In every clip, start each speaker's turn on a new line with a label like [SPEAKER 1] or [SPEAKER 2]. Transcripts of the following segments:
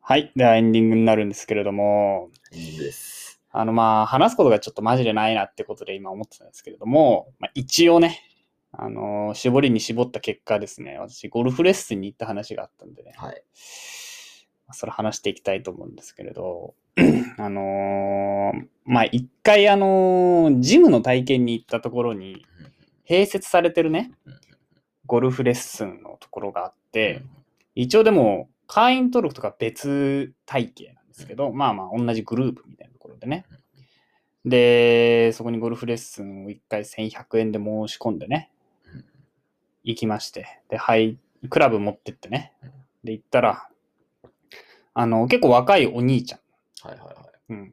[SPEAKER 1] はい。ではエンディングになるんですけれども、
[SPEAKER 2] です。
[SPEAKER 1] あのまあ話すことがちょっとマジでないなってことで今思ってたんですけれども、まあ、一応ね、あのー絞りに絞った結果ですね、私ゴルフレッスンに行った話があったんでね、
[SPEAKER 2] はい。
[SPEAKER 1] まあそれ話していきたいと思うんですけれど、 あのーまあ一回あのージムの体験に行ったところに併設されてるね、ゴルフレッスンのところがあって、一応でも、会員登録とか別体系なんですけど、まあまあ同じグループみたいなところでね。で、そこにゴルフレッスンを1回1100円で申し込んでね
[SPEAKER 2] うん、
[SPEAKER 1] 行きまして、で、はい、クラブ持ってってね
[SPEAKER 2] うん、
[SPEAKER 1] で、行ったら、あの、結構若いお兄ちゃん
[SPEAKER 2] はいはいは
[SPEAKER 1] うん、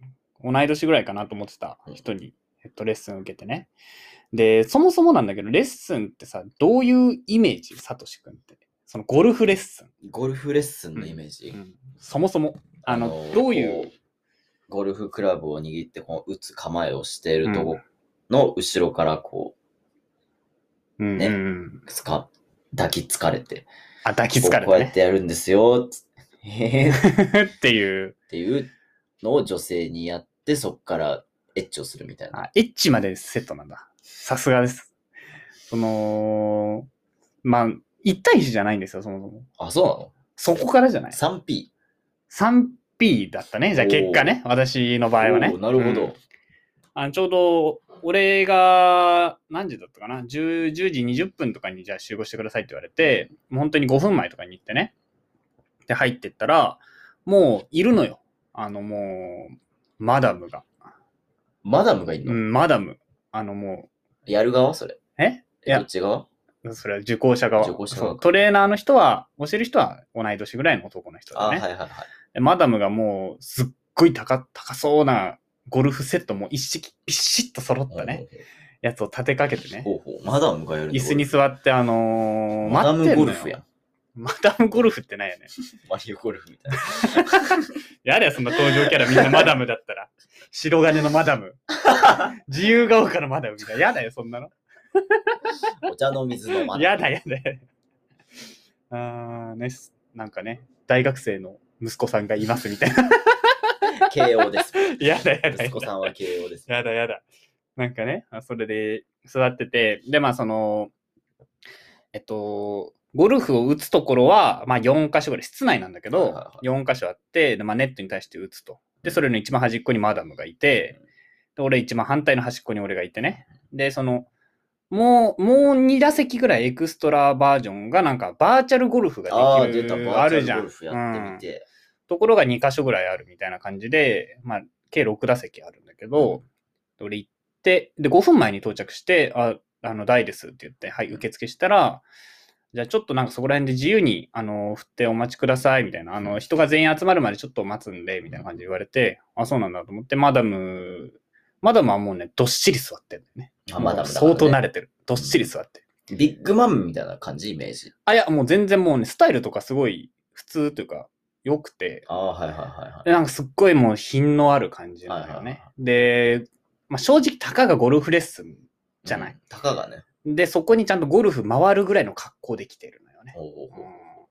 [SPEAKER 1] 同い年ぐらいかなと思ってた人に、えっと、レッスンを受けてね。で、そもそもなんだけど、レッスンってさ、どういうイメージ、サトシ君って。そのゴルフレッスン。
[SPEAKER 2] い。ゴルフレッスンのイメージ。
[SPEAKER 1] うんそもそも、あの、
[SPEAKER 2] ー
[SPEAKER 1] どういう
[SPEAKER 2] こ。ゴルフクラブを握って、こう、打つ構えをしているとこの後ろから、こ
[SPEAKER 1] うん
[SPEAKER 2] ね
[SPEAKER 1] うんうん
[SPEAKER 2] う、つか、抱きつかれて、
[SPEAKER 1] あ、抱きつかれ
[SPEAKER 2] こう
[SPEAKER 1] て
[SPEAKER 2] こうやっ
[SPEAKER 1] ね。
[SPEAKER 2] てやるんですよ、つって、へへっ
[SPEAKER 1] っていう
[SPEAKER 2] ていうのを女性にやって、そこからエッチをするみたいな。
[SPEAKER 1] あ、エッチまでセットなんだ。さすがです。その、まあ、1対1じゃないんですよ、そもそも。
[SPEAKER 2] あ、そ
[SPEAKER 1] そこからじゃな
[SPEAKER 2] う
[SPEAKER 1] い。
[SPEAKER 2] なの ?3P。
[SPEAKER 1] 3P だったね。じゃあ結果ね、私の場合はね
[SPEAKER 2] おー。なるほ
[SPEAKER 1] うん
[SPEAKER 2] ど。
[SPEAKER 1] あのちょうど、俺が何時だったかな 10, 10時20分とかにじゃあ集合してくださいって言われて、もう本当に5分前とかに行ってね。で、入ってったら、もういるのよ。あのもう、マダムが。
[SPEAKER 2] マダムがいる
[SPEAKER 1] う
[SPEAKER 2] の、
[SPEAKER 1] ん、マダム。あのも
[SPEAKER 2] やる側それ。
[SPEAKER 1] えい
[SPEAKER 2] え
[SPEAKER 1] や
[SPEAKER 2] どっち側
[SPEAKER 1] う、それは受講者側。
[SPEAKER 2] 受講者側か
[SPEAKER 1] そうトレーナーの人は、教える人は同い年ぐらいの男の人
[SPEAKER 2] あ、
[SPEAKER 1] だ
[SPEAKER 2] はい
[SPEAKER 1] ね。
[SPEAKER 2] はいはい。
[SPEAKER 1] でマダムがもう、すっごい高、高そうなゴルフセットも一式、ビシッと揃ったね、やつを立てかけてね。
[SPEAKER 2] ほうほう。マダムがやるの
[SPEAKER 1] 椅子に座って、あのー、
[SPEAKER 2] マダ
[SPEAKER 1] 待って
[SPEAKER 2] ム
[SPEAKER 1] んのよ
[SPEAKER 2] ゴルフやん。。
[SPEAKER 1] マダムゴルフってないよね。
[SPEAKER 2] マリオゴルフみたいな。
[SPEAKER 1] やれよ、そんな登場キャラみんなマダムだった ら。白金のマダム。自由が丘のマダムみたいな。やだよ、そんなの。
[SPEAKER 2] お茶の水のマダ
[SPEAKER 1] やだやだやだ。あーね、すなんかね、大学生の息子さんがいますみ たいな。
[SPEAKER 2] ム。慶応です。
[SPEAKER 1] やだやだやだ。
[SPEAKER 2] 息子さんは慶応です。
[SPEAKER 1] やだやだ。なんかね、あそれで座ってて、で、まあその、えっと、ゴルフを打つところは、まあ4箇所ぐらい、室内なんだけ
[SPEAKER 2] はいはい
[SPEAKER 1] ど
[SPEAKER 2] は、
[SPEAKER 1] 4箇所あって、でまあ、ネットに対して打つと。で、それの一番端っこにマダムがいて、で俺一番反対の端っこに俺がいてね。で、その、もう、もう2打席ぐらいエクストラバージョンが、なんかバーチャルゴルフが
[SPEAKER 2] ああ、
[SPEAKER 1] でき
[SPEAKER 2] 出
[SPEAKER 1] る、
[SPEAKER 2] た。
[SPEAKER 1] あ
[SPEAKER 2] バー
[SPEAKER 1] る
[SPEAKER 2] チ
[SPEAKER 1] じ
[SPEAKER 2] ャ
[SPEAKER 1] ゃ
[SPEAKER 2] ル
[SPEAKER 1] ん。
[SPEAKER 2] ゴルフやってみて。
[SPEAKER 1] ところが2箇所ぐらいあるみたいな感じで、まあ、計6打席あるんだけど、俺行って、で、5分前に到着して、あ、あの、大ですって言って、はい、受付したら、じゃあちょっとなんかそこら辺で自由に、あの、振ってお待ちください、みたいな、あの、人が全員集まるまでちょっと待つんで、みたいな感じで言われて、あ、そうなんだと思って、マダム、マダムはもうね、どっしり座ってるんだよね。
[SPEAKER 2] あマダムだか
[SPEAKER 1] 相
[SPEAKER 2] らね
[SPEAKER 1] 当慣れてる。どっしり座ってる
[SPEAKER 2] ビッグマムみたいな感じ、イメージ。
[SPEAKER 1] あ、いや、もう全然もうね、スタイルとかすごい普通というか、良くて、
[SPEAKER 2] ああ、はいはいはいはい。
[SPEAKER 1] で、なんかすっごいもう品のある感じなのよ
[SPEAKER 2] はいはい
[SPEAKER 1] ね
[SPEAKER 2] は。
[SPEAKER 1] で、まあ、正直たかがゴルフレッスンじゃない
[SPEAKER 2] うん。たかがね。
[SPEAKER 1] で、そこにちゃんとゴルフ回るぐらいの格好で来てるのよね。
[SPEAKER 2] ほうほう
[SPEAKER 1] うん
[SPEAKER 2] ほう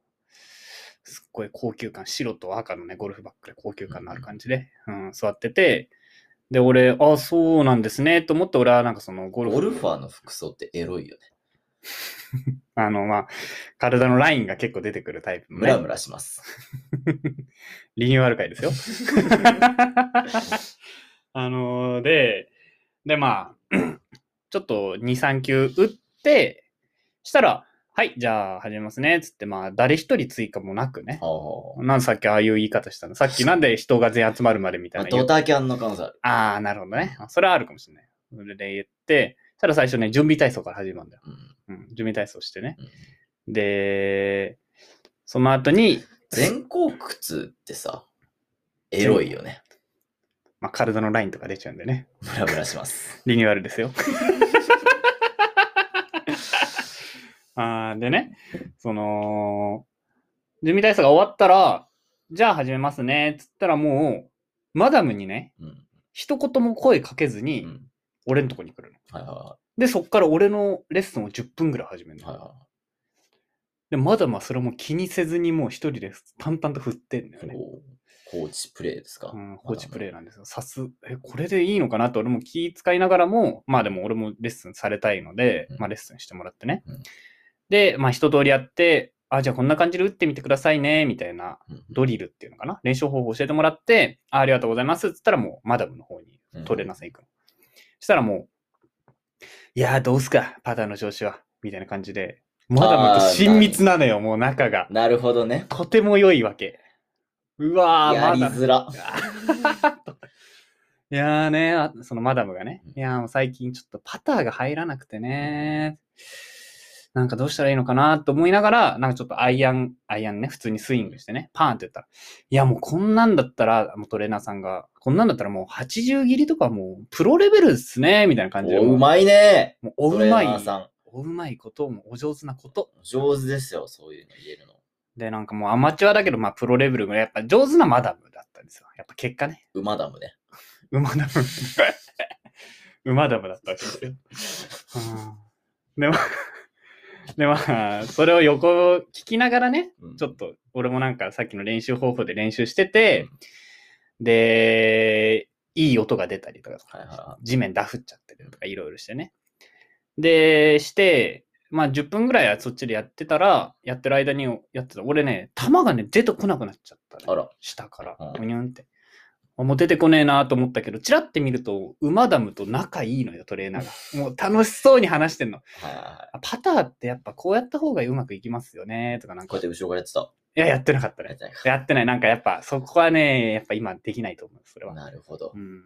[SPEAKER 1] すっごい高級感、白と赤のね、ゴルフバッグで高級感のある感じで、うん、座ってて、で、俺、あ、そうなんですね、と思って、俺はなんかそのゴルフ、
[SPEAKER 2] ゴルファーの服装ってエロいよね。
[SPEAKER 1] あの、まあ、体のラインが結構出てくるタイプの
[SPEAKER 2] ム
[SPEAKER 1] ね
[SPEAKER 2] ラムラします。
[SPEAKER 1] リニューアル会ですよ。 あのーで、で、まあ、 ちょっと2、3球打って、したら、はい、じゃあ始めますね、つって、まあ、誰一人追加もなくね。
[SPEAKER 2] ほうほうほ
[SPEAKER 1] なんでさっきああいう言い方したのさっきなんで人が全員集まるまでみ
[SPEAKER 2] う
[SPEAKER 1] たい
[SPEAKER 2] まあ
[SPEAKER 1] な言
[SPEAKER 2] ド
[SPEAKER 1] う。
[SPEAKER 2] タキャンの可能性ある。
[SPEAKER 1] ああ、なるほどね。あそれはあるかもしれない。それで言って、したら最初ね、準備体操から始まるんだよ。
[SPEAKER 2] う
[SPEAKER 1] う
[SPEAKER 2] ん
[SPEAKER 1] ん、準備体操してね。
[SPEAKER 2] うん
[SPEAKER 1] で、その後に、
[SPEAKER 2] 全校靴ってさ、エロいよね。
[SPEAKER 1] まあ、体のラインとか出ちゃうんでね。
[SPEAKER 2] ムラムラします。
[SPEAKER 1] リニューアルですよ。 あーでね、その、準備体操が終わったら、じゃあ始めますね、つったらもう、マダムにね、
[SPEAKER 2] うん。
[SPEAKER 1] 一言も声かけず
[SPEAKER 2] う
[SPEAKER 1] に、
[SPEAKER 2] ん。
[SPEAKER 1] 俺のとこに来るの。
[SPEAKER 2] はいは
[SPEAKER 1] で、そっから俺のレッスンを10分ぐらい始める
[SPEAKER 2] い
[SPEAKER 1] の。
[SPEAKER 2] はい。はいは
[SPEAKER 1] で、まだまあそれも気にせずにもう一人で淡々と振ってんだよね。
[SPEAKER 2] こうコーチプレイですか。
[SPEAKER 1] うん、放置プレイなんですよ。さす、え、これでいいのかなって俺も気使いながらも、まあでも俺もレッスンされたいので、
[SPEAKER 2] うん
[SPEAKER 1] まあレッスンしてもらってね。
[SPEAKER 2] うん
[SPEAKER 1] で、まあ一通りやって、あ、じゃあこんな感じで打ってみてくださいね、みたいな
[SPEAKER 2] うん
[SPEAKER 1] ドリルっていうのかな。練習方法教えてもらって、あありがとうございますっつったらもうマダムの方にトレーナーさん行くの。そしたらもう、いやーどうすか、パターの調子は、みたいな感じで、マダムと親密なのよ、もう仲が。
[SPEAKER 2] なるほどね。
[SPEAKER 1] とても良いわけ。うわー、
[SPEAKER 2] や
[SPEAKER 1] マ
[SPEAKER 2] り
[SPEAKER 1] ダム。
[SPEAKER 2] づら。
[SPEAKER 1] いやーね、あそのマダムがね
[SPEAKER 2] うん、
[SPEAKER 1] いやーもう最近ちょっとパターが入らなくてね、なんかどうしたらいいのかなと思いながら、なんかちょっとアイアン、アイアンね、普通にスイングしてね、パーンって言ったら、いやもうこんなんだったら、もうトレーナーさんが、こんなんだったらもう80切りとかもうプロレベルですね、みたいな感じで。
[SPEAKER 2] おうまいね。
[SPEAKER 1] もうお
[SPEAKER 2] ト
[SPEAKER 1] う
[SPEAKER 2] レー
[SPEAKER 1] まい
[SPEAKER 2] ナーさん。
[SPEAKER 1] おうまいこと、もうお上手なこと。
[SPEAKER 2] 上手ですよ、そういうの言えるの。
[SPEAKER 1] で、なんかもうアマチュアだけど、まあプロレベルがやっぱ上手なマダムだったんですよ。やっぱ結果ね、
[SPEAKER 2] 馬ダムね。
[SPEAKER 1] 馬ダム。馬ダムだったわけですよ。うんでも、でも、まあそれを横を聞きながらね、
[SPEAKER 2] うん
[SPEAKER 1] ちょっと、俺もなんかさっきの練習方法で練習してて、で、いい音が出たりとか、
[SPEAKER 2] はいはいは
[SPEAKER 1] 地面ダフっちゃってるとか、いろいろしてね。で、して、まあ10分ぐらいはそっちでやってたら、やってる間にやってた。俺ね、球がね、出てこなくなっちゃった、ね。
[SPEAKER 2] あら。
[SPEAKER 1] 下から
[SPEAKER 2] うん、
[SPEAKER 1] うにゅんって。あもう出てこねえなと思ったけど、チラって見ると、馬ダムと仲いいのよ、トレーナ ーが。もう楽しそうに話してんの。
[SPEAKER 2] はいはいは
[SPEAKER 1] あパターってやっぱこうやった方がうまくいきますよね、とかなん
[SPEAKER 2] い。こう
[SPEAKER 1] か。
[SPEAKER 2] や
[SPEAKER 1] い
[SPEAKER 2] って後ろからやってた。
[SPEAKER 1] や、やってなかった
[SPEAKER 2] やっ
[SPEAKER 1] ね。
[SPEAKER 2] てないか
[SPEAKER 1] やってない。なんかやっぱそこはね、やっぱ今できないと思う、それは。
[SPEAKER 2] なるほど
[SPEAKER 1] う。ん。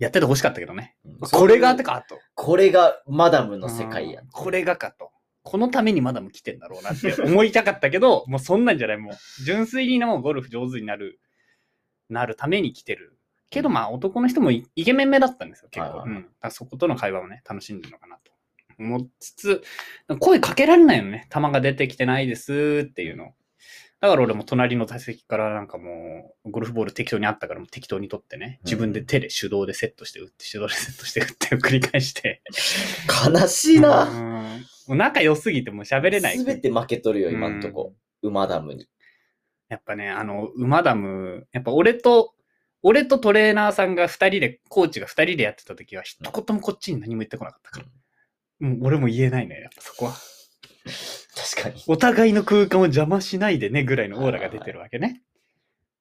[SPEAKER 1] やってて欲しかったけどね。
[SPEAKER 2] うん
[SPEAKER 1] これがて。かと。
[SPEAKER 2] これがマダムの世界や
[SPEAKER 1] うん。これがかと。このためにマダム来てんだろうなって思いたかったけど、 もうそんなんじゃない。もう純粋にもうゴルフ上手になる、なるために来てる。けどまあ男の人もイイケメン目だったんですよ、結
[SPEAKER 2] はい
[SPEAKER 1] 構。
[SPEAKER 2] は
[SPEAKER 1] う
[SPEAKER 2] い
[SPEAKER 1] ん。
[SPEAKER 2] はい
[SPEAKER 1] だからそことの会話もね、楽しんでるのかなと思いつつ、声かけられないのね。球が出てきてないですっていうのを。だから俺も隣の座席からなんかもう、ゴルフボール適当にあったからもう適当に取ってね、自分で手で手動でセットして打って、手動でセットして打ってを繰り返して、
[SPEAKER 2] 悲しいな。
[SPEAKER 1] うんもう仲良すぎてもう喋れない。
[SPEAKER 2] すべて負けとるよ、今んとこ。馬ダムに。
[SPEAKER 1] やっぱね、あの、馬ダム、やっぱ俺と、俺とトレーナーさんが二人で、コーチが二人でやってた時は、一言もこっちに何も言ってこなかったから。うん、俺も言えないね、やっぱそこは。
[SPEAKER 2] 確かに。
[SPEAKER 1] お互いの空間を邪魔しないでね、ぐらいのオーラが出てるわけね。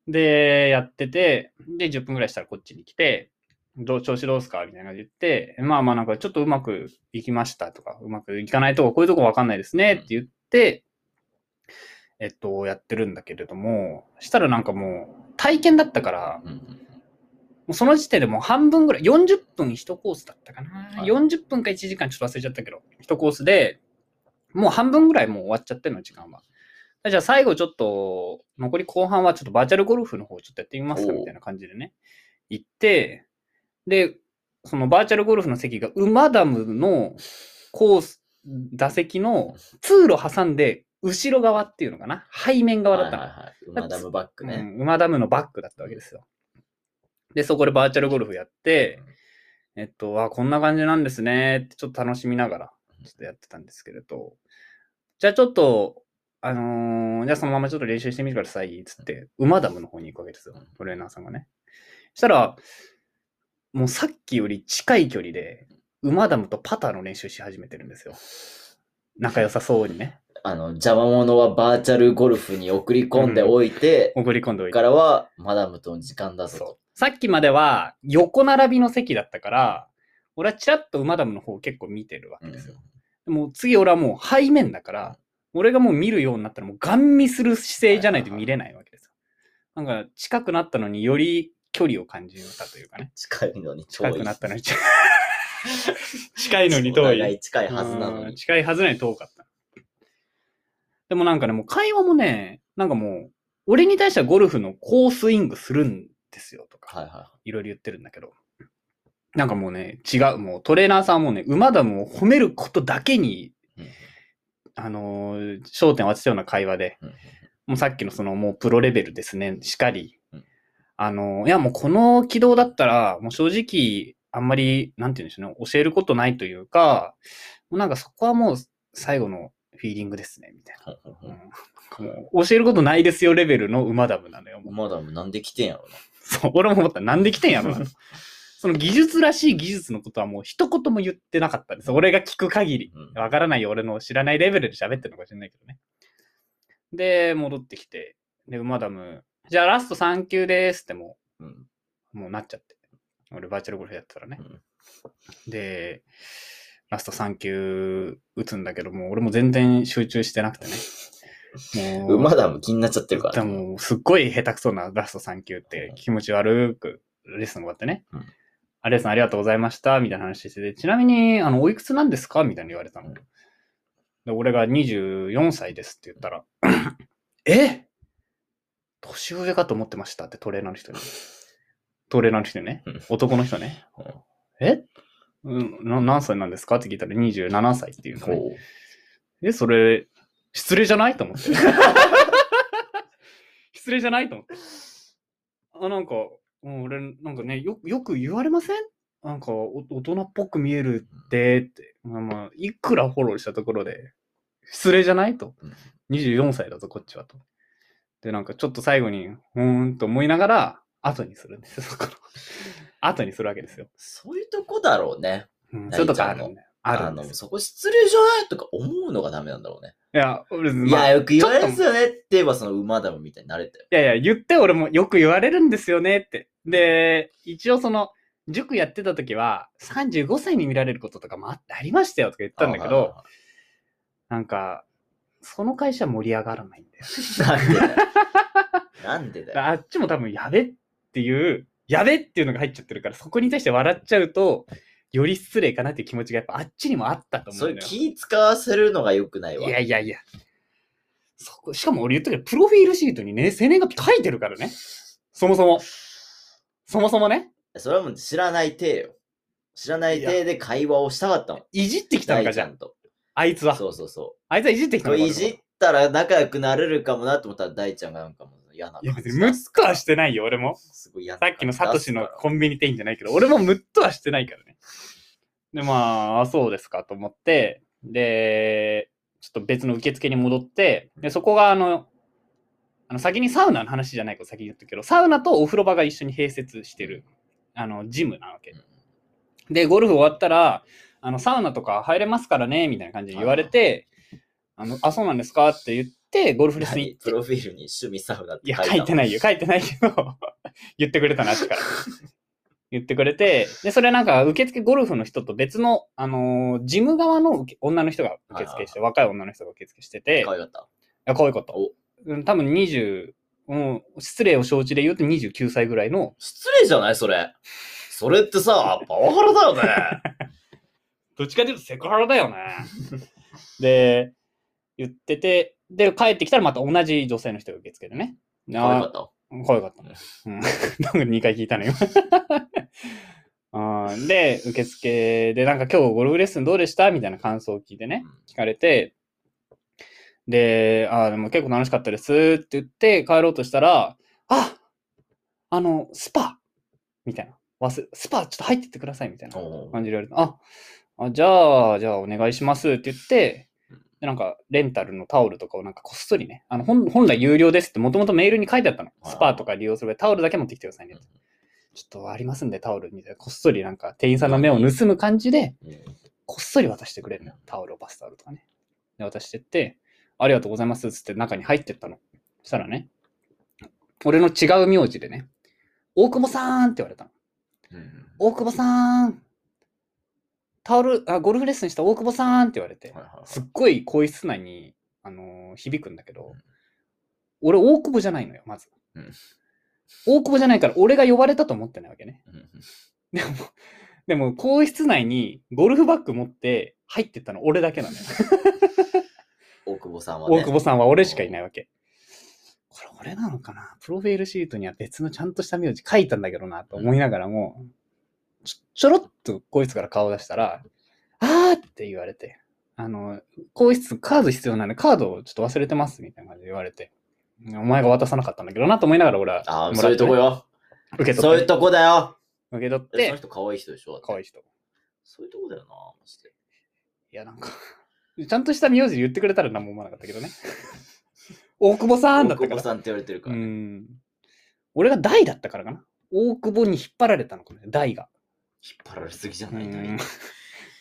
[SPEAKER 1] で、やってて、で、10分ぐらいしたらこっちに来て、どう、調子どうすかみたいな感じで言って、まあまあなんかちょっとうまくいきましたとか、うまくいかないとここういうとこわかんないですねって言って、えっと、やってるんだけれども、したらなんかもう、体験だったから、
[SPEAKER 2] うんう
[SPEAKER 1] も
[SPEAKER 2] ん
[SPEAKER 1] うその時点でもう半分ぐらい、40分1コースだったかな。
[SPEAKER 2] はい
[SPEAKER 1] 40分か1時間ちょっと忘れちゃったけど、1コースで、もう半分ぐらいもう終わっちゃってるの、時間は。じゃあ最後ちょっと、残り後半はちょっとバーチャルゴルフの方ちょっとやってみますか
[SPEAKER 2] おう
[SPEAKER 1] みたいな感じでね、行って、で、そのバーチャルゴルフの席が馬ダムのコース、打席の通路挟んで、後ろ側っていうのかな背面側
[SPEAKER 2] はい
[SPEAKER 1] だ
[SPEAKER 2] は
[SPEAKER 1] っ
[SPEAKER 2] い
[SPEAKER 1] たの。
[SPEAKER 2] はい。馬ダムバックね。
[SPEAKER 1] うん、馬ダムのバックだったわけですよ。で、そこでバーチャルゴルフやって、えっと、あ、こんな感じなんですねって、ちょっと楽しみながら、ちょっとやってたんですけれど、じゃあちょっと、あのーじゃあそのままちょっと練習してみてください、つって、馬ダムの方に行くわけですよ
[SPEAKER 2] うん、
[SPEAKER 1] トレーナーさんがね。したら、もうさっきより近い距離で、馬ダムとパターの練習し始めてるんですよ。仲良さそうに ね、
[SPEAKER 2] あの、邪魔者はバーチャルゴルフに送り込んでおいて、
[SPEAKER 1] 送り込んでおいて
[SPEAKER 2] か。らはマダムとの時間だぞ
[SPEAKER 1] そ
[SPEAKER 2] と
[SPEAKER 1] う。。さっきまでは横並びの席だったから、俺はチラッと馬ダムの方を結構見てるわけですよ。でも次俺はもう背面だから、俺がもう見るようになったらもうガン見する姿勢じゃないと見れないわけですよ。なんか近くなったのにより距離を感じたというかね。
[SPEAKER 2] 近いのに遠い。
[SPEAKER 1] 近くなったのに近いのに
[SPEAKER 2] お
[SPEAKER 1] 遠い。
[SPEAKER 2] 互い近いはずなの
[SPEAKER 1] うん
[SPEAKER 2] に。
[SPEAKER 1] 近いはずなのに遠かった。でもなんかね、もう会話もね、なんかもう、俺に対してはゴルフのこうスイングするんですよとか、
[SPEAKER 2] はいはい
[SPEAKER 1] ろいろ言ってるんだけど、なんかもうね、違う、もうトレーナーさんはもうね、馬ダムを褒めることだけに、
[SPEAKER 2] い。うん
[SPEAKER 1] あのー焦点を当てたような会話で、
[SPEAKER 2] うんうん
[SPEAKER 1] もうさっきのそのもうプロレベルですね、しかり
[SPEAKER 2] うん。
[SPEAKER 1] あの、いやもうこの軌道だったら、もう正直、あんまり、なんて言うんでしょうね、教えることないというか、もうなんかそこはもう最後のフィーリングですね、みたい
[SPEAKER 2] ほんほんほん
[SPEAKER 1] な。もう教えることないですよレベルの馬ダムなのよ。もう
[SPEAKER 2] マダムなんで来てんやろな。
[SPEAKER 1] そう、俺も思った。なんで来てんやろな。その技術らしい技術のことはもう一言も言ってなかったんです。俺が聞く限り。
[SPEAKER 2] うん
[SPEAKER 1] わからないよ、俺の知らないレベルで喋ってるのかもしれないけどね。で、戻ってきて、で、馬ダム、じゃあラスト3球ですっても
[SPEAKER 2] うん
[SPEAKER 1] う、もうなっちゃって。俺バーチャルゴルフやってたらね
[SPEAKER 2] う。ん
[SPEAKER 1] で、ラスト3球打つんだけど、もう俺も全然集中してなくて ね。もう
[SPEAKER 2] 馬ダム気になっちゃってるか
[SPEAKER 1] で
[SPEAKER 2] らね。
[SPEAKER 1] も、すっごい下手くそなラスト3球って気持ち悪くレッスン終わってね。
[SPEAKER 2] うん
[SPEAKER 1] あレッスンありがとうございました、みたいな話してて、ちなみに、あの、おいくつなんですかみたいに言われたの。
[SPEAKER 2] うん
[SPEAKER 1] で、俺が24歳ですって言った ら、え年上かと思ってましたってトレーナーの人に。トレーナーの人にね
[SPEAKER 2] うん。
[SPEAKER 1] 男の人ね。えうん、な何歳なんですかって聞いたら27歳っていうのね、
[SPEAKER 2] こ
[SPEAKER 1] え、それ、失礼じゃないと思 って。失礼じゃないと思って。あ、なんか、うん俺、なんかね、よよく言われませんなんかお、大人っぽく見えるって、って。まあまあ、いくらフォローしたところで、失礼じゃないと
[SPEAKER 2] うん。
[SPEAKER 1] 24歳だぞ、こっちはと。で、なんか、ちょっと最後に、うーんと思いながら、後にするんですよ、そこの後にするわけですよ
[SPEAKER 2] う。そういうとこだろうね。
[SPEAKER 1] うん、そういうとこあるんだよあるんで
[SPEAKER 2] の
[SPEAKER 1] すよ。
[SPEAKER 2] そこ失礼じゃないとか思うのがダメなんだろうね。
[SPEAKER 1] いや、俺、
[SPEAKER 2] い
[SPEAKER 1] まあ
[SPEAKER 2] や、よく言われるんですよねって言えば、その馬ダムみたいになれたよ。
[SPEAKER 1] いやいや、言って俺もよく言われるんですよねって。で、一応その、塾やってた時は、35歳に見られることとかもあありましたよとか言ったんだけど、なんか、その会社盛り上がらないんだよ。
[SPEAKER 2] あー。なん でだよ。なんでだよ。
[SPEAKER 1] あっちも多分やべっていう、やべっていうのが入っちゃってるから、そこに対して笑っちゃうと、より失礼かなっていう気持ちがやっぱあっちにもあったと思
[SPEAKER 2] そううい
[SPEAKER 1] ん
[SPEAKER 2] う
[SPEAKER 1] だよ。
[SPEAKER 2] 気使わせるのが良くないわ。
[SPEAKER 1] いやいやいや。そこ、しかも俺言ったけど、プロフィールシートにね、生年月日書いてるからね。そもそも。そもそもね。
[SPEAKER 2] それはもう知らない体よ。知らない体で会話をしたかったの。
[SPEAKER 1] いじってきたのか、じゃ
[SPEAKER 2] 大
[SPEAKER 1] ん。
[SPEAKER 2] ちと。
[SPEAKER 1] あいつは。
[SPEAKER 2] そうそうそ
[SPEAKER 1] あいつはいじってきたの
[SPEAKER 2] う。
[SPEAKER 1] か。
[SPEAKER 2] いじったら仲良くなれるかもなと思ったら大ちゃんがなんかもう嫌な感
[SPEAKER 1] いや、
[SPEAKER 2] じ
[SPEAKER 1] 別にムッとはしてないよ、俺も。
[SPEAKER 2] すごい嫌な
[SPEAKER 1] さ
[SPEAKER 2] 感
[SPEAKER 1] っ
[SPEAKER 2] じ
[SPEAKER 1] きのサトシの
[SPEAKER 2] 出すか
[SPEAKER 1] コンビニ店員じゃないけど、俺もムッとはしてないからね。で、まああ、そうですかと思って、で、ちょっと別の受付に戻って、で、そこがあの、あの先にサウナの話じゃないこと先に言ったけど、サウナとお風呂場が一緒に併設してる、あの、ジムなわけ
[SPEAKER 2] ら。。
[SPEAKER 1] で、ゴルフ終わったら、あの、サウナとか入れますからね、みたいな感じで言われて、あの、あ、そうなんですかって言って、ゴルフレッスン行
[SPEAKER 2] 何
[SPEAKER 1] って
[SPEAKER 2] プロフィールに趣味サウナっ
[SPEAKER 1] い
[SPEAKER 2] て書
[SPEAKER 1] や、
[SPEAKER 2] い
[SPEAKER 1] 書いて
[SPEAKER 2] い。
[SPEAKER 1] ないよ。書いてないけど、 言ってくれたな、あっちから。言ってくれて、で、それなんか、受付ゴルフの人と別の、あのージム側の受け女の人が受付して、若い女の人が受付してて、い
[SPEAKER 2] 可愛かった。
[SPEAKER 1] や、こういうこと。うん多分20、うん、失礼を承知で言うと29歳ぐらいの、
[SPEAKER 2] 失礼じゃないそれ。それってさ、パワハラだよね。
[SPEAKER 1] どっちかというとセクハラだよね。 で、言ってて、で、帰ってきたらまた同じ女性の人が受付でね。
[SPEAKER 2] 可愛か
[SPEAKER 1] あ
[SPEAKER 2] った。
[SPEAKER 1] 可愛かったね。うん。 なんか2回聞いたのよ。 うんで、受付で、なんか今日ゴルフレッスンどうでしたみたいな感想を聞いてね、聞かれて、で、あーでも結構楽しかったですって言って帰ろうとしたら、ああの、スパみたいな。忘れスパちょっと入ってってくださいみたいな
[SPEAKER 2] おー
[SPEAKER 1] 感じで言われて、ああ、じゃあ、じゃあお願いしますって言って、で、なんか、レンタルのタオルとかをなんかこっそりね、あの、本本来有料ですってもともとメールに書いてあったの。
[SPEAKER 2] はい
[SPEAKER 1] スパとか利用する場合タオルだけ持ってきてくださいね
[SPEAKER 2] うん。
[SPEAKER 1] ちょっとありますんでタオルみたいな、こっそりなんか店員さんの目を盗む感じで、こっそり渡してくれるのよ。タオルをバスタオルとかね。で、渡してって、ありがとうございますっつって中に入ってったの。そしたらね、俺の違う名字でね、大久保さんって言われたの。
[SPEAKER 2] うん
[SPEAKER 1] 大久保さんタオルあ、ゴルフレッスンした大久保さんって言われて
[SPEAKER 2] はい、はいはい
[SPEAKER 1] すっごい更衣室内に、あのー響くんだけど、俺大久保じゃないのよ、まず。
[SPEAKER 2] うん
[SPEAKER 1] 大久保じゃないから俺が呼ばれたと思ってないわけね。
[SPEAKER 2] うん
[SPEAKER 1] でも、でも、更衣室内にゴルフバッグ持って入ってったの俺だけなのよ。
[SPEAKER 2] 大久保さんはね。
[SPEAKER 1] 大久保さんは俺しかいないわけ。これ俺なのかなプロフィールシートには別のちゃんとした名字書いたんだけどなと思いながらも、ちょちょろっとこいつから顔出したら、あーって言われて、あの、更衣室カード必要なんでカードをちょっと忘れてますみたいな感じで言われて、お前が渡さなかったんだけどなと思いながら俺は
[SPEAKER 2] ああ、
[SPEAKER 1] も
[SPEAKER 2] そう
[SPEAKER 1] ら
[SPEAKER 2] い
[SPEAKER 1] っ
[SPEAKER 2] う
[SPEAKER 1] て
[SPEAKER 2] と
[SPEAKER 1] ね
[SPEAKER 2] こよ。
[SPEAKER 1] 受け
[SPEAKER 2] そう
[SPEAKER 1] 取
[SPEAKER 2] い
[SPEAKER 1] っ
[SPEAKER 2] う
[SPEAKER 1] て、
[SPEAKER 2] とこだよ。
[SPEAKER 1] 受け取っ
[SPEAKER 2] えそ
[SPEAKER 1] て、
[SPEAKER 2] の人可愛い人でしょ。
[SPEAKER 1] 可愛
[SPEAKER 2] い。
[SPEAKER 1] い人。
[SPEAKER 2] そういうとこだよな、マジで。
[SPEAKER 1] いや、なんか、ちゃんとした名字言ってくれたら何も思わなかったけどね。大久保さんだ
[SPEAKER 2] 大
[SPEAKER 1] ったか
[SPEAKER 2] 久
[SPEAKER 1] ら
[SPEAKER 2] 保。さんって言われてるから
[SPEAKER 1] う
[SPEAKER 2] ね。
[SPEAKER 1] ん。俺が大だったからかな。大久保に引っ張られたのかね、大が。
[SPEAKER 2] 引っ張られすぎじゃ
[SPEAKER 1] う
[SPEAKER 2] ない
[SPEAKER 1] ん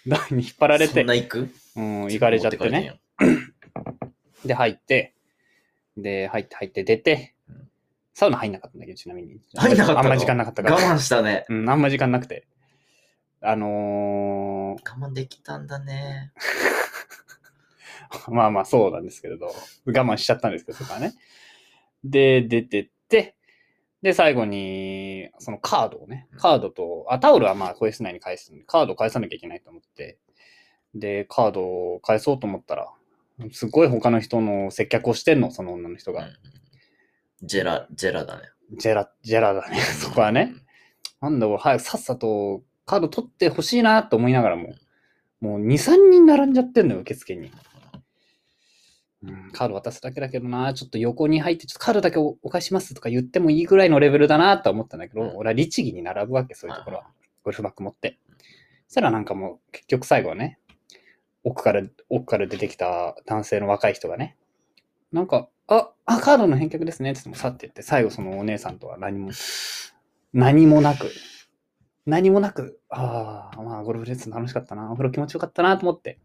[SPEAKER 1] 大に引っ張られ
[SPEAKER 2] そ
[SPEAKER 1] て
[SPEAKER 2] ん、な行く
[SPEAKER 1] うん、行かれちゃってね。。で、入って、で、入って、入って、出て
[SPEAKER 2] うん、
[SPEAKER 1] サウナ入んなかったんだけど、ちなみに。
[SPEAKER 2] 入んなかったの
[SPEAKER 1] あんま時間なかったから。
[SPEAKER 2] 我慢したね。
[SPEAKER 1] うん、あんま時間なくて。あの
[SPEAKER 2] 我慢できたんだね。
[SPEAKER 1] ー、まあまあそうなんですけれど、我慢しちゃったんですけど、そこはね。で、出てって、で、最後に、そのカードをね、カードと、あ、タオルはまあ、声室内に返すんで、カード返さなきゃいけないと思って、で、カードを返そうと思ったら、すごい他の人の接客をしてんの、その女の人
[SPEAKER 2] うん
[SPEAKER 1] が。
[SPEAKER 2] ジェラ、ジェラだね。
[SPEAKER 1] ジェラ、ジェラだね、 そこはね。なんだ俺、早くさっさとカード取ってほしいなと思いながらも、もう2、3人並んじゃってんのよ、受付に。うん、カード渡すだけだけどな、ちょっと横に入って、ちょっとカードだけおお返ししますとか言ってもいいぐらいのレベルだなとは思ったんだけど、
[SPEAKER 2] うん
[SPEAKER 1] 俺は律儀に並ぶわけ、そういうところは
[SPEAKER 2] は。
[SPEAKER 1] ゴルフバッグ持って。そしたらなんかもう、結局最後はね、奥から、奥から出てきた男性の若い人がね、なんか、あ、あ、カードの返却ですね、つっても去ってって、最後そのお姉さんとは何も、何もなく、何もなく、ああ、まあゴルフレッスン楽しかったな、お風呂気持ちよかったなと思って、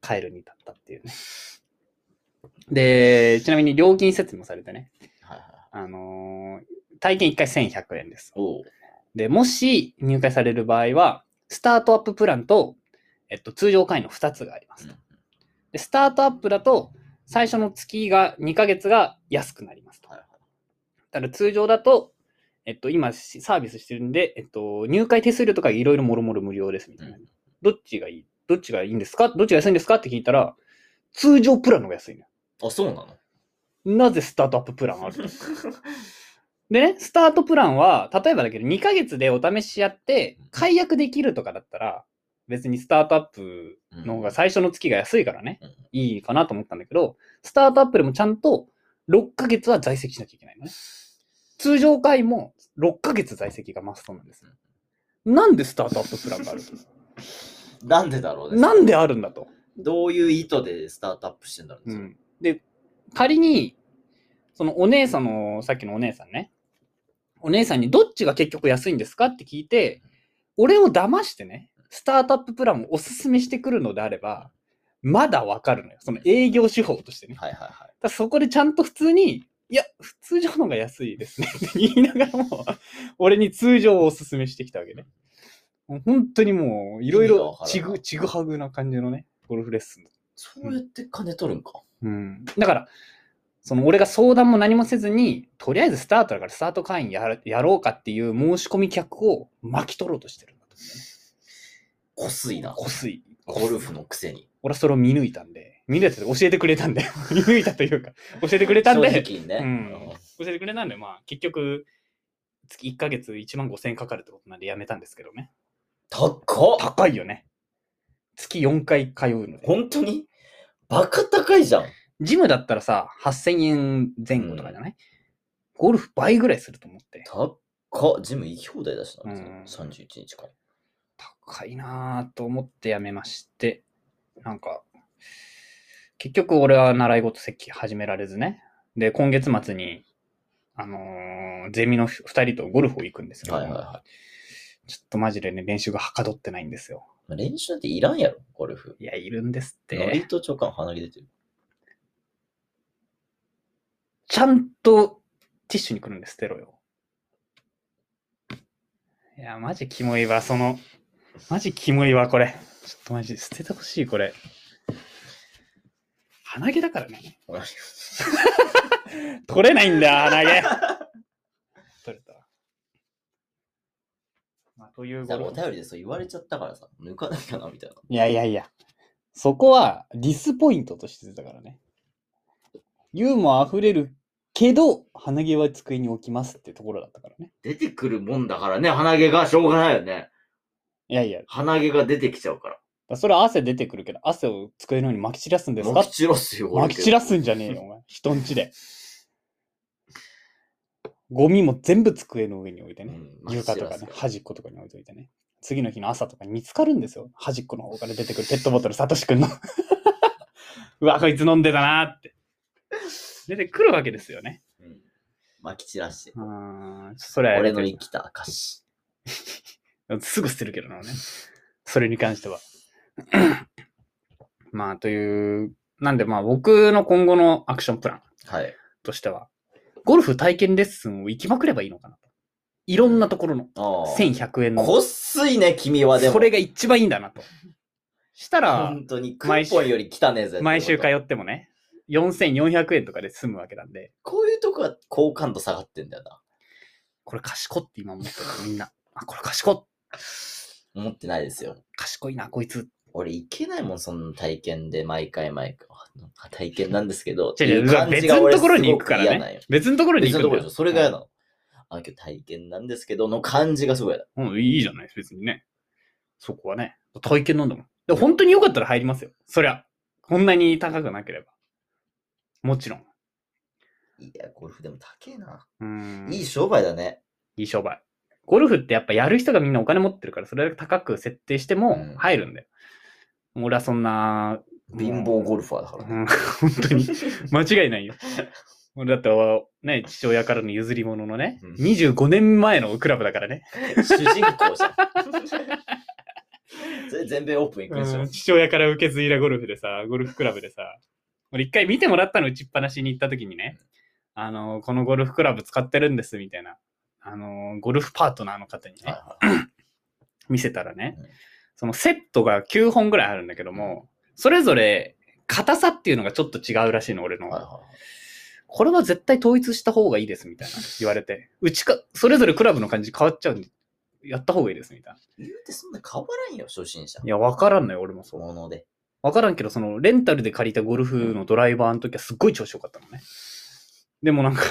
[SPEAKER 1] 帰るに至ったっていうね。で、ちなみに料金説明もされてね、
[SPEAKER 2] はいはい。
[SPEAKER 1] あのー体験1回1100円です。
[SPEAKER 2] おう
[SPEAKER 1] で、もし入会される場合は、スタートアッププランと、えっと、通常会員の2つがありますと。で、スタートアップだと、最初の月が、2ヶ月が安くなりますと。
[SPEAKER 2] はいはい
[SPEAKER 1] ただ通常だと、えっと、今しサービスしてるんで、えっと、入会手数料とかいろいろもろもろ無料ですみたいな。
[SPEAKER 2] うん
[SPEAKER 1] どっちがいいどっちがいいんですかどっちが安いんですかって聞いたら、通常プランの方が安いのよ。
[SPEAKER 2] あ、そ うなの
[SPEAKER 1] なぜスタートアッププランあるのでね、スタートプランは、例えばだけど、2ヶ月でお試しやって、解約できるとかだったら、別にスタートアップの方が最初の月が安いからね
[SPEAKER 2] うん、
[SPEAKER 1] いいかなと思ったんだけど、スタートアップでもちゃんと6ヶ月は在籍しなきゃいけないのね。通常会も6ヶ月在籍がマストなんです。なんでスタートアッププラ ンがある
[SPEAKER 2] なんでだろうね。
[SPEAKER 1] なんであるんだと。
[SPEAKER 2] どういう意図でスタートアップしてんだろうね。
[SPEAKER 1] で、仮に、そのお姉さんの、さっきのお姉さんね、お姉さんにどっちが結局安いんですかって聞いて、俺を騙してね、スタートアッププランをおすすめしてくるのであれば、まだわかるのよ。その営業手法としてね。だか
[SPEAKER 2] はいはいはい。
[SPEAKER 1] らそこでちゃんと普通に、いや、普通常のが安いですねって言いながらも、俺に通常をおすすめしてきたわけね。もう本当にもう、いろい
[SPEAKER 2] 意味がわ
[SPEAKER 1] ろ
[SPEAKER 2] からん
[SPEAKER 1] ちぐ、ちぐはぐな感じのね、ゴルフレッスン
[SPEAKER 2] そうやって金取るんか。
[SPEAKER 1] うん、だから、その俺が相談も何もせずに、とりあえずスタートだからスタート会員やらやろうかっていう申し込み客を巻き取ろうとしてるんだと思うんだよね。
[SPEAKER 2] こすいな。
[SPEAKER 1] こすい。
[SPEAKER 2] ゴルフのくせに。
[SPEAKER 1] 俺はそれを見抜いたんで、見抜いたと教えてくれたんで、 見抜いたというか、教えてくれたん
[SPEAKER 2] 正
[SPEAKER 1] で、
[SPEAKER 2] 直にね。
[SPEAKER 1] うん教えてくれたんで、まあ結局、月1ヶ月1万5千円かかるってことなんでやめたんですけどね。
[SPEAKER 2] 高っ
[SPEAKER 1] 高いよね。月4回通うので。
[SPEAKER 2] 本当にバカ高いじゃん。
[SPEAKER 1] ジムだったらさ、8000円前後とかじゃない、ゴルフ倍ぐらいすると思って。
[SPEAKER 2] 高っジム行き放題だしな。
[SPEAKER 1] うん
[SPEAKER 2] 31日間。
[SPEAKER 1] 高いなぁと思ってやめまして、なんか、結局俺は習い事席始められずね。で、今月末に、あのーゼミの2人とゴルフを行くんですけど、
[SPEAKER 2] はいはいは
[SPEAKER 1] ちょっとマジでね、練習がはかどってないんですよ。
[SPEAKER 2] まあ練習なんていらんやろ、ゴルフ。
[SPEAKER 1] いや、いるんですっ
[SPEAKER 2] ノリ
[SPEAKER 1] て。
[SPEAKER 2] と長官鼻毛出てる。
[SPEAKER 1] ちゃんとティッシュに来るんです、捨てろよ。いや、マジキモいわ、その、マジキモいわ、これ。ちょっとマジ、捨ててほしい、これ。鼻毛だからね。取れないんだよ、鼻 毛。取れた。まあ、という
[SPEAKER 2] だ
[SPEAKER 1] こ
[SPEAKER 2] からお
[SPEAKER 1] とで。
[SPEAKER 2] 便りでそう言われちゃったからさ、抜かなきゃなみたいな。
[SPEAKER 1] いやいやいや。そこは、ディスポイントとして出たからね。ユーモア溢れるけど、鼻毛は机に置きますってところだったからね。
[SPEAKER 2] 出てくるもんだからね、鼻毛がしょうがないよね。
[SPEAKER 1] いやいや、だか
[SPEAKER 2] 鼻毛が出てきちゃうから。
[SPEAKER 1] らそれは汗出てくるけど、汗を机のように撒き散らすんですか
[SPEAKER 2] 撒き散らすよ。
[SPEAKER 1] 撒き散ら
[SPEAKER 2] す。
[SPEAKER 1] すんじゃねえよ、お前。人んちで。ゴミも全部机の上に置いて
[SPEAKER 2] う
[SPEAKER 1] ね。
[SPEAKER 2] ん
[SPEAKER 1] 床とかね、端っことかに置いといてね。次の日の朝とかに見つかるんですよ。端っこの方から出てくるペットボトル、サトシくんの。 うわ、こいつ飲んでたなーって。出てくるわけですよね。
[SPEAKER 2] うん。まき散らして。
[SPEAKER 1] うん。それはや
[SPEAKER 2] 俺
[SPEAKER 1] めて
[SPEAKER 2] の生きた証。
[SPEAKER 1] すぐ捨てるけどなね。それに関しては。 まあ、という、なんでまあ僕の今後のアクションプラン
[SPEAKER 2] はい。
[SPEAKER 1] としては、ゴルフ体験レッスンを行きまくればいいのかなと。いろんなところの
[SPEAKER 2] ああ。
[SPEAKER 1] 1100円の。
[SPEAKER 2] こっすいね、君はでも。
[SPEAKER 1] それが一番いいんだなと。したら、
[SPEAKER 2] 本当に、ク
[SPEAKER 1] 毎
[SPEAKER 2] ー
[SPEAKER 1] 週
[SPEAKER 2] ポンより汚ねえぜ。
[SPEAKER 1] 毎週通
[SPEAKER 2] よ。
[SPEAKER 1] ってもね、4400円とかで済むわけなんで、
[SPEAKER 2] こういうとこは好感度下がってんだよな。
[SPEAKER 1] これ賢って今思ってるみんな。あ、これ賢
[SPEAKER 2] 思ってないですよ。
[SPEAKER 1] 賢いな、こいつ。
[SPEAKER 2] 俺、いけないもん、その体験で毎回毎回。あ体験なんですけど。
[SPEAKER 1] 違う違う
[SPEAKER 2] ってい感じが
[SPEAKER 1] 別の
[SPEAKER 2] 俺
[SPEAKER 1] ところに行くからね
[SPEAKER 2] すご嫌なんよ
[SPEAKER 1] 別のところに
[SPEAKER 2] 別
[SPEAKER 1] 行く
[SPEAKER 2] のと
[SPEAKER 1] の
[SPEAKER 2] ころでしょ。それが嫌なの。あ、今日体験なんですけど、の感じがすごい嫌だ。
[SPEAKER 1] うん、いいじゃない、別にね。そこはね。体験なんだもん。で本当に良かったら入りますよ。そりゃ。こんなに高くなければ。もちろん。
[SPEAKER 2] いや、ゴルフでも高えな。
[SPEAKER 1] うーん。
[SPEAKER 2] いい商売だね。
[SPEAKER 1] いい商売。ゴルフってやっぱやる人がみんなお金持ってるから、それだけ高く設定して
[SPEAKER 2] うん
[SPEAKER 1] も入るんだよ。俺はそんな、
[SPEAKER 2] 貧乏ゴルファーだから
[SPEAKER 1] う
[SPEAKER 2] ね。
[SPEAKER 1] ん、本当 に。間違いないよ。俺だって、ね、父親からの譲り物のね、
[SPEAKER 2] うん
[SPEAKER 1] 25年前のクラブだからね。
[SPEAKER 2] 主人公 じゃん。それ全米オープン行くでしょ。
[SPEAKER 1] 父親から受け継いだゴルフでさ、ゴルフクラブでさ、俺一回見てもらったの、打ちっぱなしに行った時にね、あの、このゴルフクラブ使ってるんです、みたいな。あの、ゴルフパートナーの方にね、
[SPEAKER 2] はいはい
[SPEAKER 1] 見せたらね
[SPEAKER 2] うん、
[SPEAKER 1] そのセットが9本ぐらいあるんだけども、それぞれ硬さっていうのがちょっと違うらしいの、俺の。
[SPEAKER 2] はいはい
[SPEAKER 1] これは絶対統一した方がいいです、みたい な言われて。うちか、それぞれクラブの感じ変わっちゃうんで、やった方がいいです、みたいな。
[SPEAKER 2] 言うてそんな変わらんよ、初心者
[SPEAKER 1] い。や、わからんのよ、俺もそう。
[SPEAKER 2] もので。、
[SPEAKER 1] わからんけど、その、レンタルで借りたゴルフのドライバーの時はすっごい調子良かったのね。でもなんか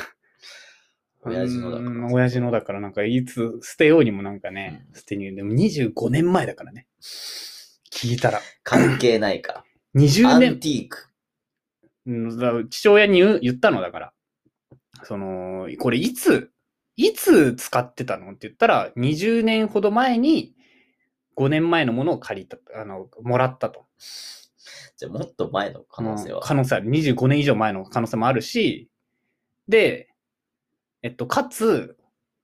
[SPEAKER 2] 親父のだから
[SPEAKER 1] うーん親父のだから、なんか、いつ捨てようにもなんかね、
[SPEAKER 2] うん
[SPEAKER 1] 捨てにでも25年前だからね。聞いたら。
[SPEAKER 2] 関係ないか
[SPEAKER 1] 20
[SPEAKER 2] ら。ア
[SPEAKER 1] 年
[SPEAKER 2] ン、ティーク。
[SPEAKER 1] うんだから父親に言う言ったのだから。その、これいつ、いつ使ってたのって言ったら、20年ほど前に、5年前のものを借りた、あの、もらったと。
[SPEAKER 2] じゃあもっと前の可能性
[SPEAKER 1] うん
[SPEAKER 2] は。
[SPEAKER 1] 可能性ある。25年以上前の可能性もあるし、で、えっと、かつ、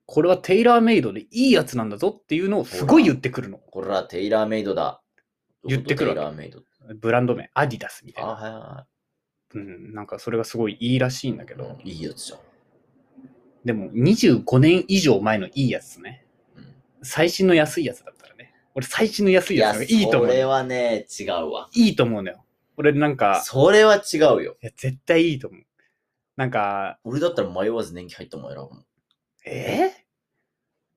[SPEAKER 1] これはテイラーメイドでいいやつなんだぞっていうのをすごい言ってくるの。
[SPEAKER 2] これはテイラーメイドだ。
[SPEAKER 1] 言ってくるわ
[SPEAKER 2] テ
[SPEAKER 1] け
[SPEAKER 2] イラーメイド。
[SPEAKER 1] ブランド名、アディダスみたい
[SPEAKER 2] あ、
[SPEAKER 1] な。
[SPEAKER 2] はいは
[SPEAKER 1] うん、なんかそれがすごいいいらしいんだけ
[SPEAKER 2] いは
[SPEAKER 1] ど、
[SPEAKER 2] い。いいやつじゃん。
[SPEAKER 1] でも25年以上前のいいやつね。
[SPEAKER 2] うん
[SPEAKER 1] 最新の安いやつだったらね。俺最新の安いやつの方がいいと思
[SPEAKER 2] そう
[SPEAKER 1] の
[SPEAKER 2] れ
[SPEAKER 1] よ。
[SPEAKER 2] はね、違うわ。
[SPEAKER 1] いいと思うのよ。俺なんか、
[SPEAKER 2] それは違うよ。
[SPEAKER 1] いや絶対いいと思う。なんか、
[SPEAKER 2] 俺だったら迷わず年季入ったもん選ぶもん。
[SPEAKER 1] えー、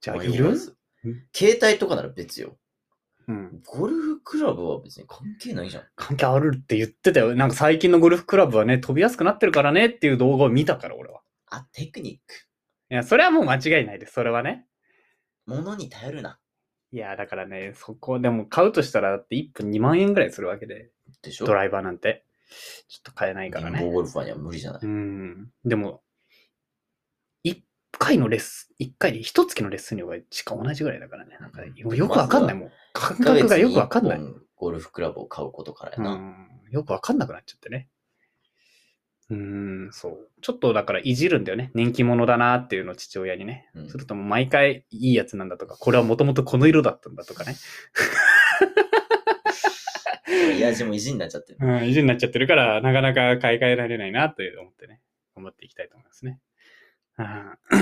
[SPEAKER 1] じゃあい
[SPEAKER 2] 迷わ
[SPEAKER 1] る
[SPEAKER 2] ず
[SPEAKER 1] うん
[SPEAKER 2] 携帯とかなら別よ。
[SPEAKER 1] うん。
[SPEAKER 2] ゴルフクラブは別に関係ないじゃん。
[SPEAKER 1] 関係あるって言ってたよ。なんか最近のゴルフクラブはね、飛びやすくなってるからねっていう動画を見たから、俺は。
[SPEAKER 2] あ、テクニック。
[SPEAKER 1] いや、それはもう間違いないです、それはね。
[SPEAKER 2] ものに頼るな。
[SPEAKER 1] いや、だからね、そこ、でも買うとしたら、だって1分2万円ぐらいするわけで、
[SPEAKER 2] でしょ
[SPEAKER 1] ドライバーなんて。ちょっと買えないから
[SPEAKER 2] 貧乏
[SPEAKER 1] ね。
[SPEAKER 2] ゴルファーには無理じゃない。
[SPEAKER 1] うん。でも、1回のレッスン、1回で1月のレッスン量がしか同じぐらいだからね。なんか、もうよくわかんない、もう。感
[SPEAKER 2] 1ヶ
[SPEAKER 1] 覚
[SPEAKER 2] 月
[SPEAKER 1] が
[SPEAKER 2] に
[SPEAKER 1] よくわかんない。
[SPEAKER 2] 一本ゴルフクラブを買うことからや
[SPEAKER 1] う
[SPEAKER 2] な。
[SPEAKER 1] ん、よくわかんなくなっちゃってね。うーん、そう。ちょっとだからいじるんだよね。人気者だなっていうのを父親にね。
[SPEAKER 2] うん
[SPEAKER 1] するともう毎回いいやつなんだとか、これはもともとこの色だったんだとかね。
[SPEAKER 2] 親父も意地になっちゃってる。
[SPEAKER 1] うん、意地になっちゃってるから、なかなか買い替えられないなという思ってね、頑張っていきたいと思いますね。 あー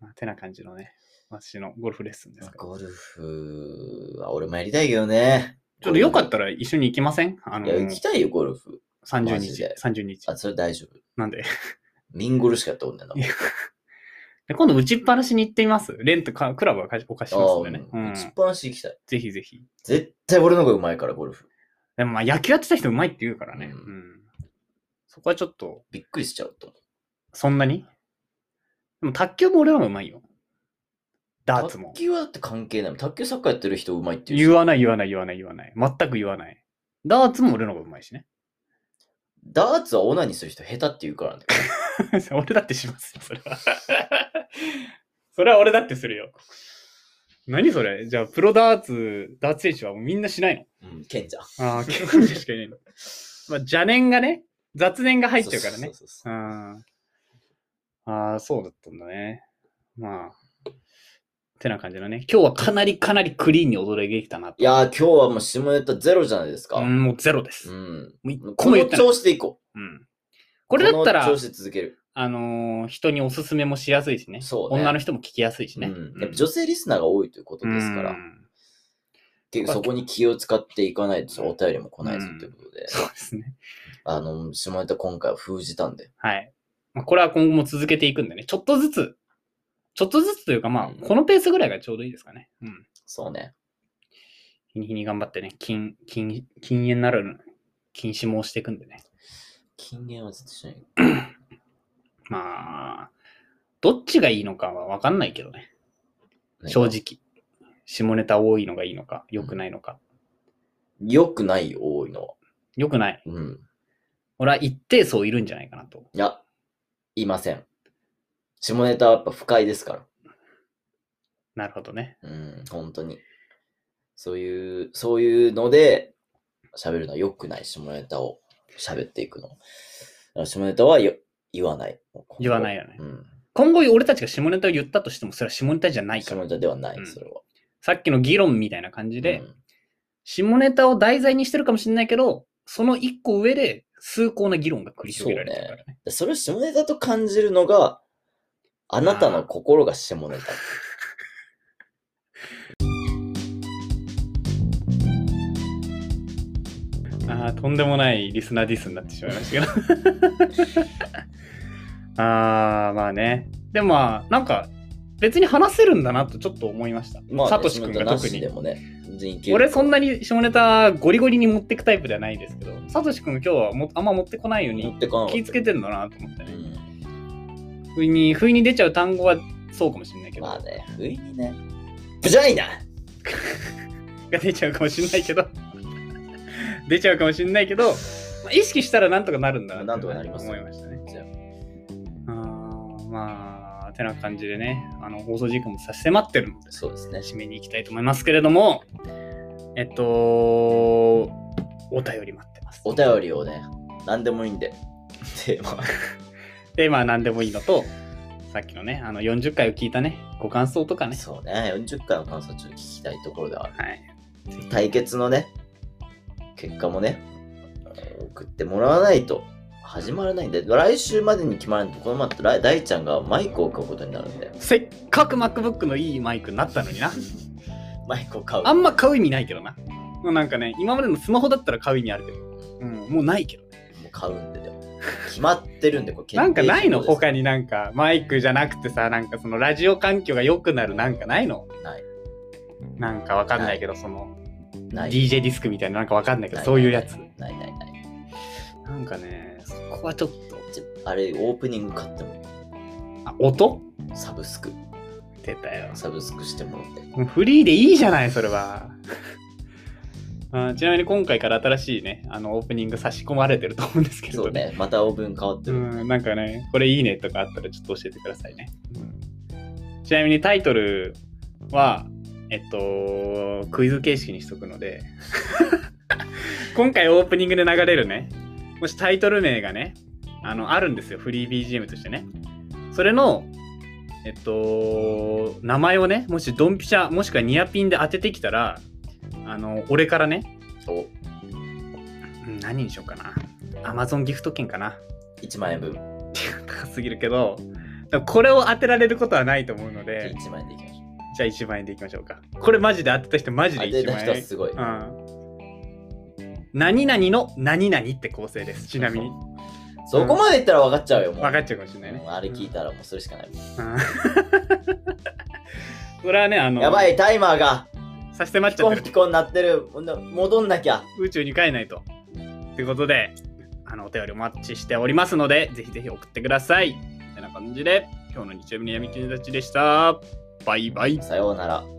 [SPEAKER 1] まあ、てな感じのね、私のゴルフレッスンですから。
[SPEAKER 2] ゴルフは俺もやりたいけどね。
[SPEAKER 1] ちょっとよか
[SPEAKER 2] た
[SPEAKER 1] ったら一緒に行きませんあの
[SPEAKER 2] いや、、行きたいよ、ゴルフ。
[SPEAKER 1] 30
[SPEAKER 2] マジ
[SPEAKER 1] 日
[SPEAKER 2] で、
[SPEAKER 1] 30日。
[SPEAKER 2] あ、それ大丈夫。
[SPEAKER 1] なんで
[SPEAKER 2] ミンゴルしかやったことないんだもん。
[SPEAKER 1] いやで今度打ちっぱなしに行ってみますレントか、クラブは貸しお貸ししますんでね。う
[SPEAKER 2] ああ、
[SPEAKER 1] ん
[SPEAKER 2] 打。ちっぱなし行きたい。
[SPEAKER 1] ぜひぜひ。
[SPEAKER 2] 絶対俺の方がうまいから、ゴルフ。
[SPEAKER 1] でもまあ野球やってた人うまいって言うからね。う
[SPEAKER 2] う
[SPEAKER 1] んん。そこはちょっと、
[SPEAKER 2] びっくりしちゃうと思う。
[SPEAKER 1] そんなにでも卓球も俺らもうまいよ。ダーツも
[SPEAKER 2] 卓。球はだって関係ないもん。卓球サッカーやってる人うまいっていうし
[SPEAKER 1] 言わない言わない言わない言わない。全く言わない。ダーツも俺の方がうまいしね。
[SPEAKER 2] ダーツはオナニーする人下手って言うからね。
[SPEAKER 1] 俺だってしますよ、それは。 それは俺だってするよ。何それじゃあ、 プロダーツ、ダーツ選手はもうみんなしないの
[SPEAKER 2] うん、賢者。
[SPEAKER 1] ああ、結婚者しかいないの。まあ、邪念がね、雑念が入っちゃうからね。
[SPEAKER 2] そうそう
[SPEAKER 1] う
[SPEAKER 2] そうそ
[SPEAKER 1] ん。ああ、そうだったんだね。まあ。てな感じのね。今日はかなりかなりクリーンに踊りできたな
[SPEAKER 2] ういやー、今日はもう下ネタゼロじゃないですか。
[SPEAKER 1] う、
[SPEAKER 2] うん
[SPEAKER 1] もうゼロです。
[SPEAKER 2] ん。
[SPEAKER 1] もう一個
[SPEAKER 2] こ
[SPEAKER 1] も
[SPEAKER 2] の
[SPEAKER 1] 言ってない。
[SPEAKER 2] 調子でいこう。
[SPEAKER 1] うん。これだったら
[SPEAKER 2] この、調子で続ける。
[SPEAKER 1] あのー人におすすめもしやすいしね。
[SPEAKER 2] そうね
[SPEAKER 1] 女の人も聞きやすいしね。
[SPEAKER 2] うん、やっぱ女性リスナーが多いということですから、
[SPEAKER 1] うん
[SPEAKER 2] 結構そこに気を使っていかないとお便りも来ないぞ
[SPEAKER 1] うん
[SPEAKER 2] ということで、
[SPEAKER 1] そうですね。
[SPEAKER 2] あの、下ネタ今回は封じたんで、
[SPEAKER 1] はい。まあ、これは今後も続けていくんでね、ちょっとずつ、ちょっとずつというか、ま
[SPEAKER 2] うん
[SPEAKER 1] あ、このペースぐらいがちょうどいいですかね。うん。
[SPEAKER 2] そうね。
[SPEAKER 1] 日に日に頑張ってね、禁、禁、禁煙なる、禁止もしていくんでね。
[SPEAKER 2] 禁煙はずっとしない。
[SPEAKER 1] まあ、どっちがいいのかはわかんないけどね。正。直。下ネタ多いのがいいのか、良くないのか。
[SPEAKER 2] よくないよ、多いのは。
[SPEAKER 1] 良くない。
[SPEAKER 2] うん。
[SPEAKER 1] 俺は一定層いるんじゃないかなと。
[SPEAKER 2] いや、いません。下ネタはやっぱ不快ですから。
[SPEAKER 1] なるほどね。
[SPEAKER 2] うん、本当に。そういう、そういうので、喋るのは良くない下ネタを喋っていくの。だから下ネタはよ言わない。
[SPEAKER 1] 言わないよね
[SPEAKER 2] うん。
[SPEAKER 1] 今後俺たちが下ネタを言ったとしても、それは下ネタじゃないか
[SPEAKER 2] 下
[SPEAKER 1] ら
[SPEAKER 2] ネ。タではない、
[SPEAKER 1] うん
[SPEAKER 2] それは。
[SPEAKER 1] さっきの議論みたいな感じで、
[SPEAKER 2] うん
[SPEAKER 1] 下ネタを題材にしてるかもしれないけど、その一個上で崇高な議論が繰り広げられてるからね。
[SPEAKER 2] でそれを下ネタと感じるのが、あなたの心が下ネタ。
[SPEAKER 1] ああー、とんでもないリスナーディスになってしまいましたけ ど。ああ、まあね。でもまあ、なんか、別に話せるんだなとちょっと思いました。
[SPEAKER 2] まあね、
[SPEAKER 1] サトシ君
[SPEAKER 2] 下ネ
[SPEAKER 1] が
[SPEAKER 2] タな
[SPEAKER 1] 特
[SPEAKER 2] しで
[SPEAKER 1] に。
[SPEAKER 2] もね、全然いける
[SPEAKER 1] 俺そんなに下ネタゴリゴリに持ってくタイプではないですけど、サトシ君今日はもあんま持ってこないよう
[SPEAKER 2] 持
[SPEAKER 1] に
[SPEAKER 2] ってかなかった
[SPEAKER 1] 気ぃつけてんだなと思ってね。
[SPEAKER 2] うん
[SPEAKER 1] 不意に、不意に出ちゃう単語はそうかもしれないけど。
[SPEAKER 2] まあね、不意にね。ブジャイナ
[SPEAKER 1] が出ちゃうかもしんないけど 出ちゃうかもしんないけど、まあ、意識したらなんとかなるんだって
[SPEAKER 2] なんとかなりますよ
[SPEAKER 1] 思いましたね
[SPEAKER 2] じゃ
[SPEAKER 1] あーまあてな感じでねあの放送時間も差し迫ってるので
[SPEAKER 2] そうですね。
[SPEAKER 1] 締めに行きたいと思いますけれどもえっとお便り待ってます
[SPEAKER 2] お便りをね、何でもいいんで、テーマ。
[SPEAKER 1] でまあ何でもいいのとさっきのねあの40回を聞いたねご感想とかね
[SPEAKER 2] そうね、40回の感想ちょっと聞きたいところではある。
[SPEAKER 1] はい
[SPEAKER 2] 対決のね、結果もね、送ってもらわないと始まらないんで、来週までに決まらないと、このままだい大ちゃんがマイクを買うことになるんで、
[SPEAKER 1] せっかく MacBook のいいマイクになったのに な
[SPEAKER 2] マイクを買う。
[SPEAKER 1] あんま買う意味ないけどな。もうなんかね、今までのスマホだったら買う意味あるけど、うん、もうないけどね。
[SPEAKER 2] もう買うんで、でも。決まってるんで、これ
[SPEAKER 1] なんかないの
[SPEAKER 2] 決定事項です
[SPEAKER 1] 他になんか、マイクじゃなくてさ、なんかそのラジオ環境が良くなるなんかないの
[SPEAKER 2] ない。
[SPEAKER 1] なんかわかんないけど、その、
[SPEAKER 2] ない。
[SPEAKER 1] DJ ディスクみたいななんかわかんないけど、
[SPEAKER 2] ない
[SPEAKER 1] そういうやつ。
[SPEAKER 2] ないないない。
[SPEAKER 1] なんかね、そこはちょっと、
[SPEAKER 2] じゃあれ、オープニング買っても
[SPEAKER 1] あ、音
[SPEAKER 2] サブスク。
[SPEAKER 1] 出たよ。
[SPEAKER 2] サブスクしてもらって。
[SPEAKER 1] もうフリーでいいじゃない、それは。 あちなみに今回から新しいね、あのオープニング差し込まれてると思うんですけれど
[SPEAKER 2] そうね、またオープン変わって
[SPEAKER 1] う
[SPEAKER 2] る。
[SPEAKER 1] ん、なんかね、これいいねとかあったらちょっと教えてくださいね。ちなみにタイトルは、えっと、クイズ形式にしとくので、 今回オープニングで流れるね、もしタイトル名がね、あの、あるんですよ、フリー BGM としてね。それの、えっと、名前をね、もしドンピシャ、もしくはニアピンで当ててきたら、あの、俺からね、
[SPEAKER 2] お
[SPEAKER 1] うん何にしようかな。Amazon ギフト券かな。
[SPEAKER 2] 1万円分。
[SPEAKER 1] 高すぎるけど、でもこれを当てられることはないと思うので、
[SPEAKER 2] 1万円でいきましょう。
[SPEAKER 1] じゃあ1万円でいきましょうか。これマジで当てた人マジ
[SPEAKER 2] 当
[SPEAKER 1] で
[SPEAKER 2] て
[SPEAKER 1] 1
[SPEAKER 2] た
[SPEAKER 1] 万
[SPEAKER 2] 人は
[SPEAKER 1] 円。
[SPEAKER 2] すごい。
[SPEAKER 1] うん。何々の何々って構成です。ちなみに。
[SPEAKER 2] そこまでいったら分かっちゃうよ、もう。
[SPEAKER 1] 分かっちゃうかもしれないね
[SPEAKER 2] う。んあれ聞いたらもうそれしかない。
[SPEAKER 1] うん。 うんこれはね、あの、
[SPEAKER 2] やばい、タイマーが、
[SPEAKER 1] 差し迫っ
[SPEAKER 2] ピ
[SPEAKER 1] ちゃ
[SPEAKER 2] コ
[SPEAKER 1] っ
[SPEAKER 2] ン
[SPEAKER 1] てる
[SPEAKER 2] ピ。コンになってる。ほんで戻んなきゃ。
[SPEAKER 1] 宇宙に帰らないと。ということで、あの、お便りお待ちしておりますので、ぜひぜひ送ってください。てな感じで、今日の日曜日の闇金たちでした。バイバイ。
[SPEAKER 2] さようなら。